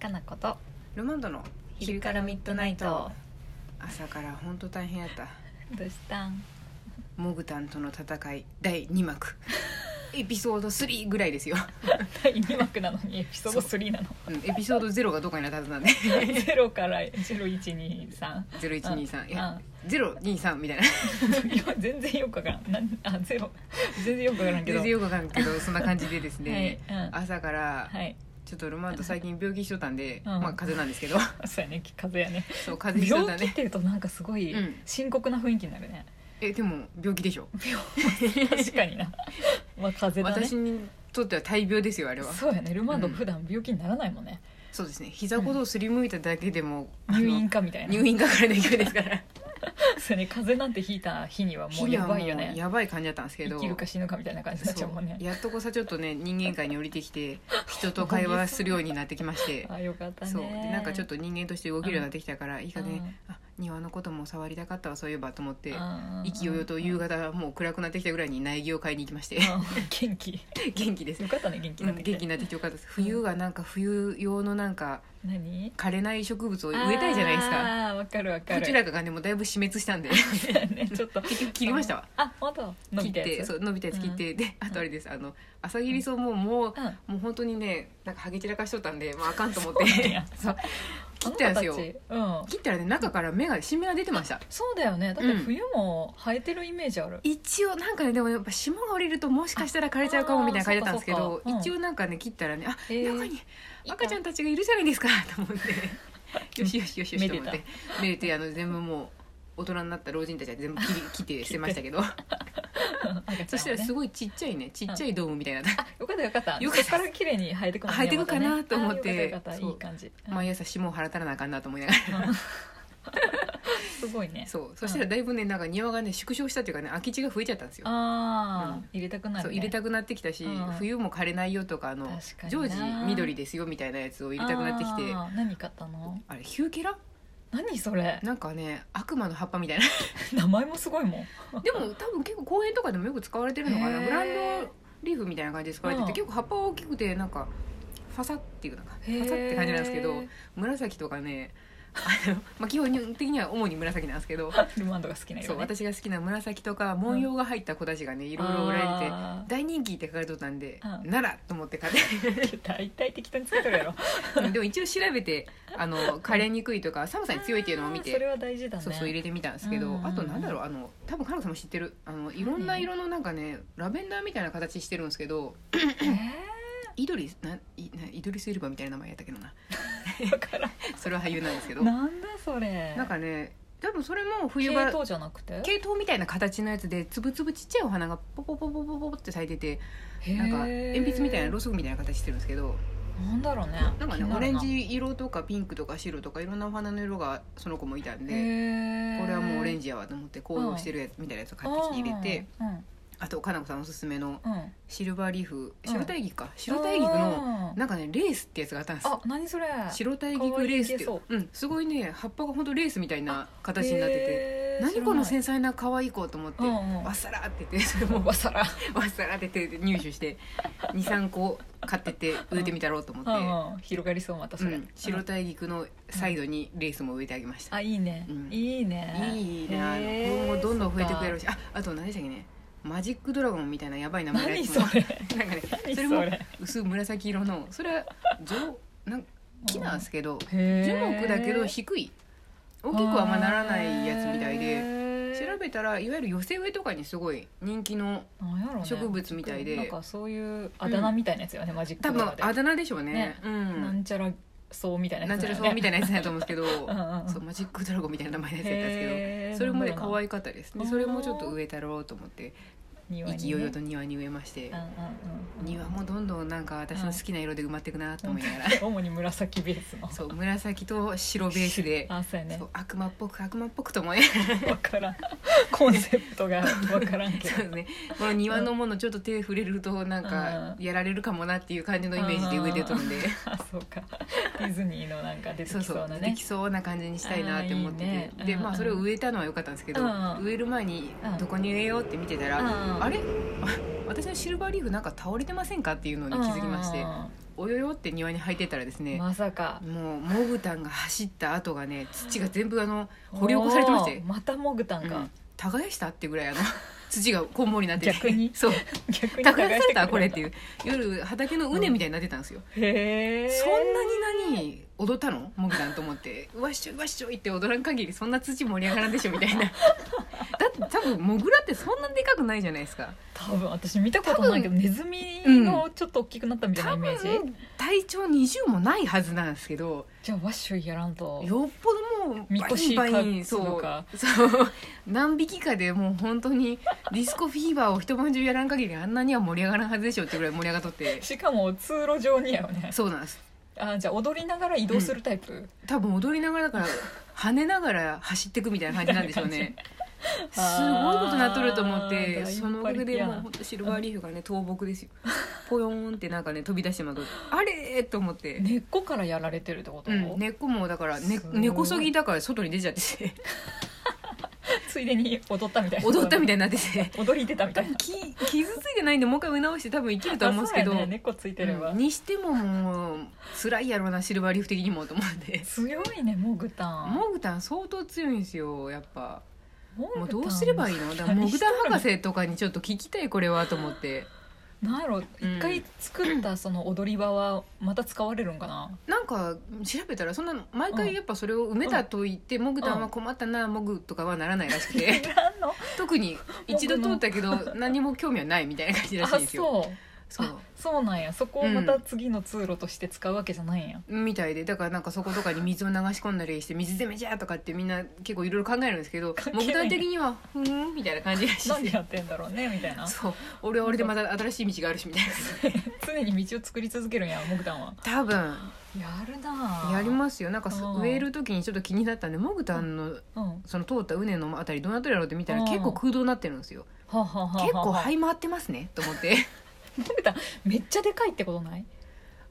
かなことルマンドの昼からミッドナイト朝から本当大変やったどうしたんモグタンとの戦い第2幕 エピソード3ぐらいですよ、第2幕なのにエピソード3なの うん、エピソード0がどこになったは ずなんで0から0123 0123いやあ023みたいないや全然よくわからんなんあゼロ全然よくわからんけど全然よくわからんけどそんな感じでですね、はいうん朝からはいちょっとルマンド最近病気しとったんで、うんまあ風邪なんですけどあそうやね風邪やねそう風邪しとっ病気たっねていうとなんかすごいうん深刻な雰囲気になる ね、えでも病気でしょ、確かになまあ風邪だね私にとっては大病ですよあれはそうやねルマンドうん普段病気にならないもんね、そうですね膝ごとすりむいただけでも、入院かみたいあなの入院かかるだけですからそうやね風邪なんてひいた日にはもうやばいよ火はもねうやばい感じだったんですけど生きるか死ぬかみたいな感じになっちゃうもんねそうやっとこさちょっとね人間界に降りてき て人と会話するようになってきましてあよかったねそうでなんかちょっと人間として動けるようになってきたから、いいかね、うんあ庭のことも触りたかったわそういえばと思ってうん意気揚々と夕方はもう暗くなってきたぐらいに苗木を買いに行きましてうん元気元気ですよかったね元気うになんってきて元気になってきてよかったです冬はなんか冬用のなんか何枯れない植物を植えたいじゃないですかあーわかるわかこるちらがねもうだいぶ死滅したんで ねちょっと結局切りましたわあ本当 伸切びったてやつそう伸びたやつ切って、であとあれですあの朝霧草ももう、うんもう本当にねなんかハゲ散らかしとったんでまああかんと思っそうなんてやそう切ったんですよあの子たちうん切ったらね中から芽が新芽が出てましたそうだよねだって冬も生えてるイメージある一応なんかねでもやっぱ霜が降りるともしかしたら枯れちゃうかもみたいな感じだったんですけあーそどう、かそうかうん一応なんかね切ったらねあへー中に赤ちゃんたちがいるじゃないですかと思 ってよしよしよしよしと思ってめでてあの全部もう大人になった老人たちは全部切り切って捨てましたけどそしたらごすいごいちっちゃいねちっちゃいドームみたいなよかったよかったよかそったっから綺麗に生えてくるね生えてくかなと思ってまたねあーよかったよかったそういい感じうん毎朝霜を払ったらなあかんなと思いながらすごいねそうそしたらだいぶねなんか庭がね縮小したっていうかね空き地が増えちゃったんですよああうん入れたくなそうる入れねたくなってきたし、うん冬も枯れないよとかあの確かにな常時緑ですよみたいなやつを入れたくなってきてあー何買ったのあれヒューケラ何それなんかね悪魔の葉っぱみたいな名前もすごいもん でも多分結構公園とかでもよく使われてるのかなへーグランドリーフみたいな感じで使われてて、うん結構葉っぱは大きくてなんかファサっていうのかフへーァサって感じなんですけど紫とかねあの、 まあ、基本的には主に紫なんですけどルマンドが好きなそ色うね私が好きな紫とか文様が入った子たちがねいろいろ売られてあー大人気って書かれとったんで、うんならと思って買って 大体適当につけとるやろ でも一応調べてあの枯れにくいとか寒さに強いっていうのを見あーそれて。は大事だねそうそう入れてみたんですけうんどうんうんあとなんだろうあの多分彼女さんも知ってるあのいろんな色のなんかねラベンダーみたいな形してるんですけどえイドリスなんいなイドリス・エルバみたいな名前やったっけどなー、だからそれは俳優なんですけどななんだそれんかね多分それも冬系場統じゃなくて系統みたいな形のやつでつぶつぶちっちゃいお花がポポポポポポポって咲いててなんか鉛筆みたいなろロうそくみたいな形してるんですけどなんだろうねなんか気ねにオるレンなジ色とかピンクとか白とかいろんなお花の色がその子もいたんへでーこれはもうオレンジやわと思って紅葉してるやつみたいなやつを買ってきて入れてうんあとかなこさんおすすめのうんうんシルバーリーフうん白大菊か白大菊のあーなんかねレースってやつがあったんですあ何それ白大菊レースっていかわういい系うんすごいね葉っぱが本当レースみたいな形になっててて何この先繊細な可愛い子と思ってうんうんわっさらって言ってそれ生もわさらわっさらって手で入手して23個買ってて植えてみたろうと思って、うんうん広がりそうまたそれ、うん白大菊のサイドにレースも植えてあげました、あいいね、うんいいねいいなへー今後どんどん増えてくれるしああと何でしたっけねマジックドラゴンみたいなやばい名そっ前か何のやつそもれなんかね何 そそれれも薄紫色のそれは上なん木なんですけど樹木だけど低い大きくはあんまならないやつみたいで調でべたらいわゆる寄せ植えとかにすごい人気の植物みたいでなんかそういうあだ名みたいなやつよね、マジック多分ああだ名でしょうねねうなんんちゃらそうみたいななやんつちゃだらよそねうみたいなやつだと思うんですけど うんうんそうマジックドラゴンみたいな名前のやつやったんですへけーどそれもね可愛かったですなでんだそろれうなもちょっと植えたろうと思って庭意にね気揚々と庭に植えましてうんうんうん庭もどんどんなんか私の好きな色で埋まっていくなと思いながら 主に紫ベースの そう紫と白ベースであそうやねそう悪魔っぽく悪魔っぽくと思いながらわからんコンセプ トが わからんけそうどですねこの庭のものちょっと手触れるとなんかうんやられるかもなっていう感じのイメージで植えてとるんであそうかディズニーのなんか出てそうきそそううなでねきそうな感じにしたいなって思っててあーいいねうんでまあそれを植えたのは良かったんですけど、うん植える前にうんどこに植えようって見てたら、うん あれあ私のシルバーリーフなんか倒れてませんかっていうのに気づきまして、うんうんうんおよよって庭に入ってったらですね、まさかもうモグタンが走った跡がね土が全部あの掘り起こされてましおてー、またモグタンうかん、耕したってぐらいあの 土がこんもりになってて逆にそう逆に耕されたこれっていういう夜畑の畝みたいになってたんですよ、へえそんなに何踊ったのモグタンと思ってうわっしょいうわっしょいって踊らん限りそんな土盛り上がらんでしょみたい なだって多分モグラってそんなでかくないじゃないですか多分私見たことないけどネズミのちょっと大きくなったみたいな多イメージ、分体長20もないはずなんですけどじゃあワッシュやらんとよっぽどもうみこしバインバイン担そぐのうかそう何匹かでもう本当にディスコフィーバーを一晩中やらん限りあんなには盛り上がらんはずでしょってぐらい盛り上がっとってしかも通路上にやよねそうなんですあじゃあ踊りながら移動するタイプ、多分踊りながらだから跳ねながら走ってくみたいな感じなんでしょうね すごいことなっとると思っあーだいてぶそのおかげでやもなうほんとシルバーリーフがね倒木 ですよポヨーンってなんかね飛び出してまうとあれーと思って、根っこからやられてるってこと、うん、根っこもだから、ねす、ごい根こそぎだから外に出ちゃっててついでに踊ったみたいな踊ったみたいになってて踊り出たみたいなき傷ついてないんでもう一回見直して多分生きるとは思うんですけど、あそうやね根っこついてれば、うんにしてももう辛いやろうなシルバーリーフ的にもと思って強いねモグタンモグタン相当強いんですよやっぱモもうグタンどうすればいい のだからモ何グしタとンるの博士とかにちょっと聞きたいこれはと思ってなんやろうん一回作ったその踊り場はまた使われるんかな、なんか調べたらそんな毎う回んやっぱそれを埋めたと言って、モグタンは困ったなモグとかはならないらしく てなんの特に一度通ったけど何も興味はないみたいな感じらしいあんですよそうそうあそうなんやそこをまた次の通路として使うわけじゃないんや、みたいでだからなんかそことかに水を流し込んだりして水攻めじゃとかってみんな結構いろいろ考えるんですけど関係なモいグタン的にはふーんみたいな感じらしいなんで ですやってんだろうねみたいなそう俺は俺でまた新しい道があるしみたいな常に道を作り続けるんやモグタンは多分やるなぁやりますよなんかすうん植える時にちょっと気になったんでモグタンのうんはその通った畝のあたりどうなってるやろうって見たらうん結構空洞になってるんですよあはあはあはあ結構灰回ってますねと思って モグタンめっちゃでかいってことない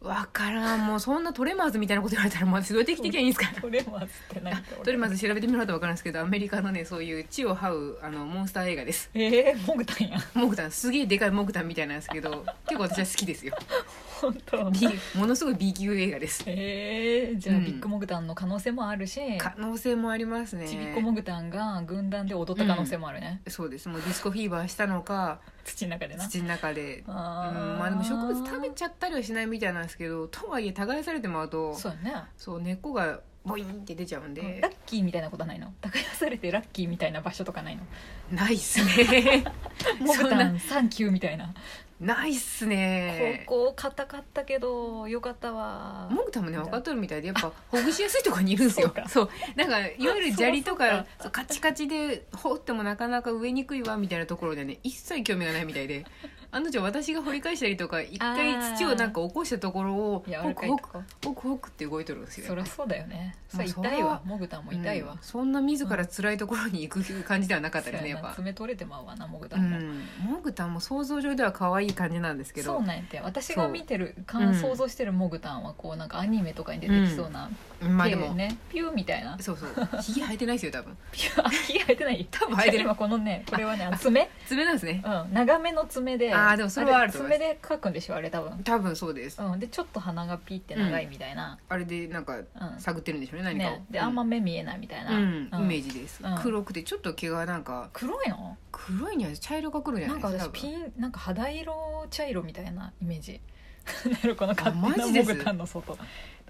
わからんもうそんなトレマーズみたいなこと言われたらもう私どうやって生きてきゃいいんですかトレマーズって何かトレマーズ調べてみろと分かるんですけどアメリカのねそういう地を這うあのモンスター映画ですええモグタンやモグタンすげえでかいモグタンみたいなんです けど結構私は好きですよ、 本当 B ものすごい B 級映画ですええじゃあ、うんビッグモグタンの可能性もあるし可能性もありますねちびっこモグタンが軍団で踊った可能性もあるね、そうですもうディスコフィーバーしたのか土の中でな土の中でうんあーまあでも植物食べちゃったりはしないみたいなんですけどとはいえ耕されてもらうとそうやそう根っこがボインって出ちゃうんねでラッキーみたいなことはないの耕されてラッキーみたいな場所とか ないのないっすね モグ そんタなンサンキューみたいなないっすねここ硬かったけどよかったわモグタンもね分かっとるみたいでやっぱほぐしやすいところにいるんですよそうか そうなんかいわゆる砂利とそうかかそうカチカチで掘ってもなかなか植えにくいわみたいなところでね一切興味がないみたい であの女私が掘り返したりとか一あ回ー土をなんか起こしたところを柔ホらクかいとホクこホクホクって動いとるんですよそりゃそうだよねそりゃまあそら痛いわモグタンも痛いわうん、そんな自ら辛いところに行く感じではなかったですねそうやっなぱ、爪取れてまうわなモグタうンも、ん、モグタンも想像上では可愛い感じなんですけそどうなんやって私が見てるかうん想像してるモグタンはこうなんかアニメとかに出てきそうな、まあ手でをも、ねピューみたい なそうそうひげ生えてないですよ多分ピューあ木生えてない多分生えてる今このねこれはねあの爪爪なんですねうん長めの爪であーでもそれはあると思います爪で描くんでしょあれ多分多分そうですうん、でちょっと鼻がピーって長いみたいな、あれでなんかうん探ってるんでしょうね何かを、ね、であんま目見えないみたいな、うん、うんうんイメージです、うん黒くてちょっと毛がなんか黒いの黒いんじゃないです茶色が黒いんじゃななんかいです私ピンなんか肌色茶色みたいなイメージ なるこの勝あ手マなジでモすグタンの外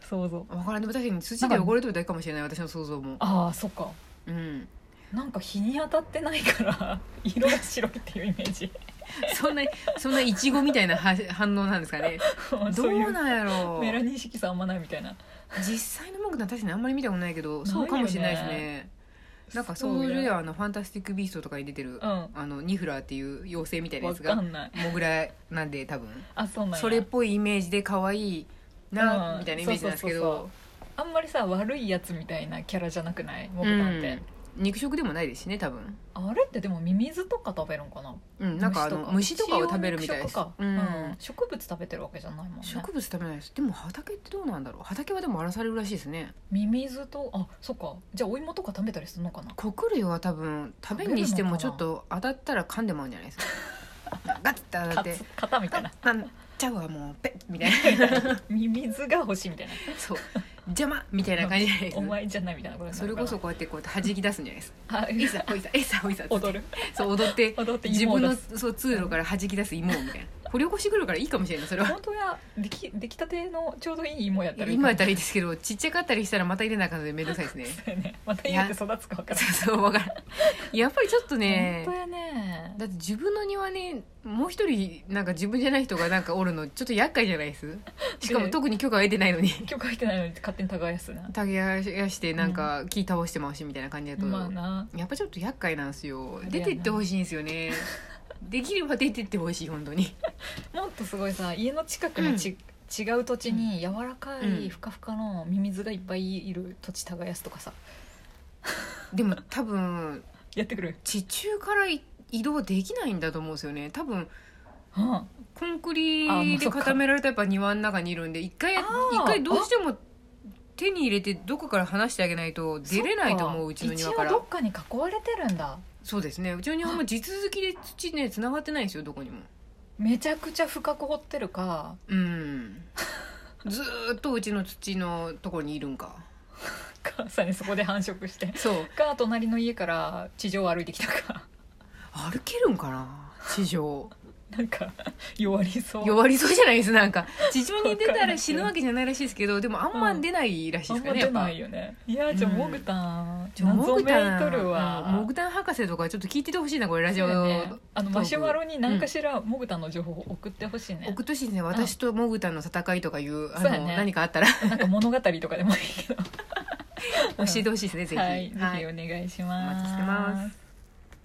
想像分からんでも確かに土で汚れとるだけかもしれない私の想像もああそっかうんなんか日に当たってないから 色が白いっていうイメージそんなそんなイチゴみたいなは反応なんですかね どそういううなんやろうメラニン色素あんまないみたいな実際のモグタン確かにあんまり見たことないけどないよねそうかもしれないですねなんか想像上ではあのファンタスティック・ビーストとかに出てる、うんわあのニフラーっていう妖精みたいなやつかがんないモグラなんで多分あそうなんやそれっぽいイメージで可愛いなうんみたいなイメージなんですけそうそうそどうあんまりさ悪いやつみたいなキャラじゃなくないモグタンって、うん肉食でもないですしね多分、あれってでもミミズとか食べるんかなうん、なんかあの虫とかを食べるみたいです一応肉食かうんうん植物食べてるわけじゃないもんね植物食べないですでも畑ってどうなんだろう畑はでも荒らされるらしいですねミミズとあそっかじゃあお芋とか食べたりするのかな穀類は多分食べにし てもちょっと当たったら噛んでまうんじゃないですかガッて当たっかて つ型みたいななんちゃうわもうペッみ たいなミミズが欲しいみたいなそう邪魔みたいな感じじゃないですお前じゃないみたいなことにな そるれかなこそこうやってこうやって弾き出すんじゃないですかあ「エイサおいさエイサおいさ」踊 るそう踊って踊って自芋を分出のすそう通路から弾き出す芋みたいな掘り起こしてくるからいいかもしれないそれは本当やでき出来たてのちょうどいい芋やったらいい今やったららいいですけどちっちゃかったりしたらまた入れなあかんので面倒くさいですね ねまた家で育つか分からないそうわからんやっぱりちょっとね本当やねだって自分の庭にもう一人なんか自分じゃない人がなんかおるのちょっと厄介じゃない ですしかも特に許可を得てないのに許可入ってないのに勝手に耕すな耕やしてなんか木倒して回しみたいな感じだと、まあなやっぱちょっと厄介なんですよあれや出なてってほしいんです よねできれば出てってほしい本当にもっとすごいさ家の近くのち、違う土地に柔らかういんふかふかのミミズがいっぱいいる土地耕すとかさでも多分やってくる、地中からい移動できないんだと思うんですよね多分うん、コンクリあもうそでっか固められたやっぱ庭の中にいるんで一回あ一ー回どうしても手に入れてどこから離してあげないと出れないと思ううちそっのか庭から一応どっかに囲われてるんだそうですねうちの庭も地続きで土ね繋がってないんですよどこにもめちゃくちゃ深く掘ってるかうんずーっとうちの土のところにいるんか母さんにそこで繁殖してそうか隣の家から地上を歩いてきたか歩けるんかな 地上なんか弱りそう弱りそうじゃないですなんか地上にわか出たんないらけど死ぬわけじゃないらしいですけどでもあんま出ないらしいあでんすかまらね出やっぱないよねいやじゃあうんモグタンちょモ謎グめタンいとるわうんモグタン博士とかちょっと聞いててほしいなこれラジオ、そうだよねあのトークマシュマロに何かしらモグタンの情報を送ってほしいね送ってほしいですね私とモグタンの戦いとかいうあそうのやね何かあったら教なんか物語と かでもいいけどえてほしいですねぜひ、はい、ぜひはいお願いしおます。待ちしてます